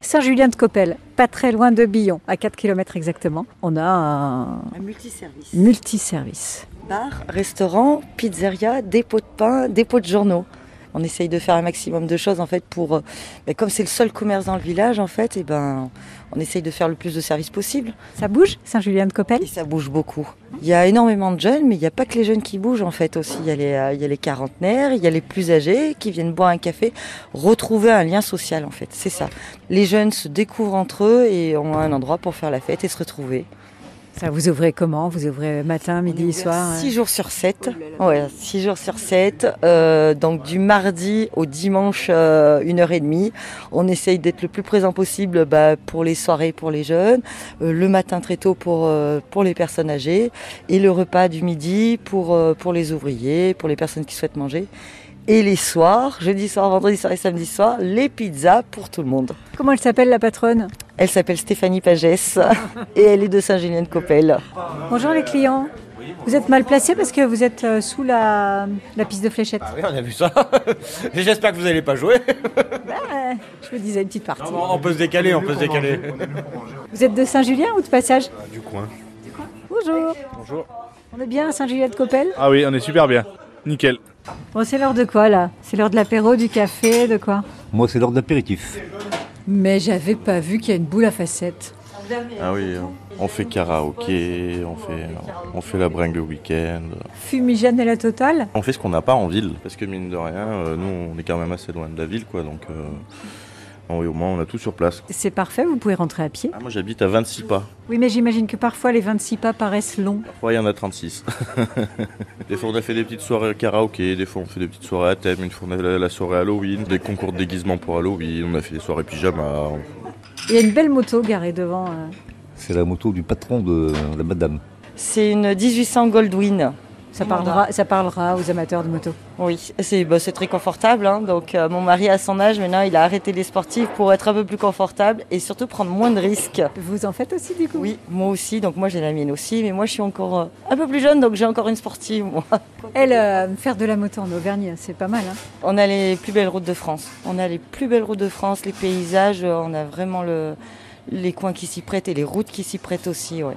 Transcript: Saint-Julien de Coppel, pas très loin de Billon, à 4 km exactement. On a un Un multiservice. multiservice. Bar, restaurant, pizzeria, dépôt de pain, dépôt de journaux. On essaye de faire un maximum de choses en fait pour, euh, ben, comme c'est le seul commerce dans le village en fait, et ben on essaye de faire le plus de services possible. Ça bouge, Saint-Julien de Coppel Et ça bouge beaucoup. Il y a énormément de jeunes, mais il n'y a pas que les jeunes qui bougent en fait aussi. Il y, a les, euh, il y a les quarantenaires, il y a les plus âgés qui viennent boire un café, retrouver un lien social en fait. C'est ça. Les jeunes se découvrent entre eux et ont un endroit pour faire la fête et se retrouver. Ça vous ouvrez comment Vous ouvrez matin, midi, soir Oh 6 jours sur 7. Ouais, 6 jours sur 7. Euh, donc du mardi au dimanche, euh, 1h30. On essaye d'être le plus présent possible bah, pour les soirées pour les jeunes, euh, le matin très tôt pour, euh, pour les personnes âgées, et le repas du midi pour, euh, pour les ouvriers, pour les personnes qui souhaitent manger. Et les soirs, jeudi soir, vendredi soir et samedi soir, les pizzas pour tout le monde. hein. Comment elle s'appelle la patronne Elle s'appelle Stéphanie Pagès et elle est de Saint-Julien-de-Coppel. Bonjour les clients. Vous êtes mal placés parce que vous êtes euh, sous la, la piste de fléchette. Ah oui, on a vu ça. Et J'espère que vous n'allez pas jouer. Ah, je vous disais une petite partie. Ah, bah, On peut se décaler, on peut se décaler. Vous êtes de Saint-Julien ou de passage Euh, Du coin. Bonjour. Bonjour. On est bien à Saint-Julien de Coppel Ah oui, on est super bien. Nickel. Bon, c'est l'heure de quoi là C'est l'heure de l'apéro, du café, de quoi Moi, c'est l'ordre d'apéritif. Mais j'avais pas vu qu'il y a une boule à facettes. Ah oui, euh, on fait karaoké, on fait, on fait la bringue le week-end. Fumigène et la totale On fait ce qu'on n'a pas en ville, parce que mine de rien, euh, nous on est quand même assez loin de la ville, quoi. Donc euh, bon, oui, au moins on a tout sur place. quoi. C'est parfait, vous pouvez rentrer à pied. Ah, moi j'habite à 26 pas, Oui, mais j'imagine que parfois les 26 pas paraissent longs. parfois il y en a 36. des fois on a fait des petites soirées karaoké, des fois on fait des petites soirées à thème, une fois on a la, la soirée Halloween, des concours de déguisement pour Halloween, on a fait des soirées pyjama. on- Il y a une belle moto garée devant. euh. C'est la moto du patron de la madame. C'est une 1800 Goldwyn. Ça, parlera, ça parlera aux amateurs de moto. Oui, c'est bah, c'est très confortable. hein. Donc euh, mon mari à son âge, maintenant, il a arrêté les sportifs pour être un peu plus confortable et surtout prendre moins de risques. Vous en faites aussi du coup Oui, moi aussi. Donc moi j'ai la mienne aussi, mais moi je suis encore euh, un peu plus jeune, donc j'ai encore une sportive. Moi. Elle, euh, faire de la moto en Auvergne, c'est pas mal. hein. On a les plus belles routes de France. On a les plus belles routes de France, les paysages. euh, On a vraiment le, les coins qui s'y prêtent et les routes qui s'y prêtent aussi. Ouais.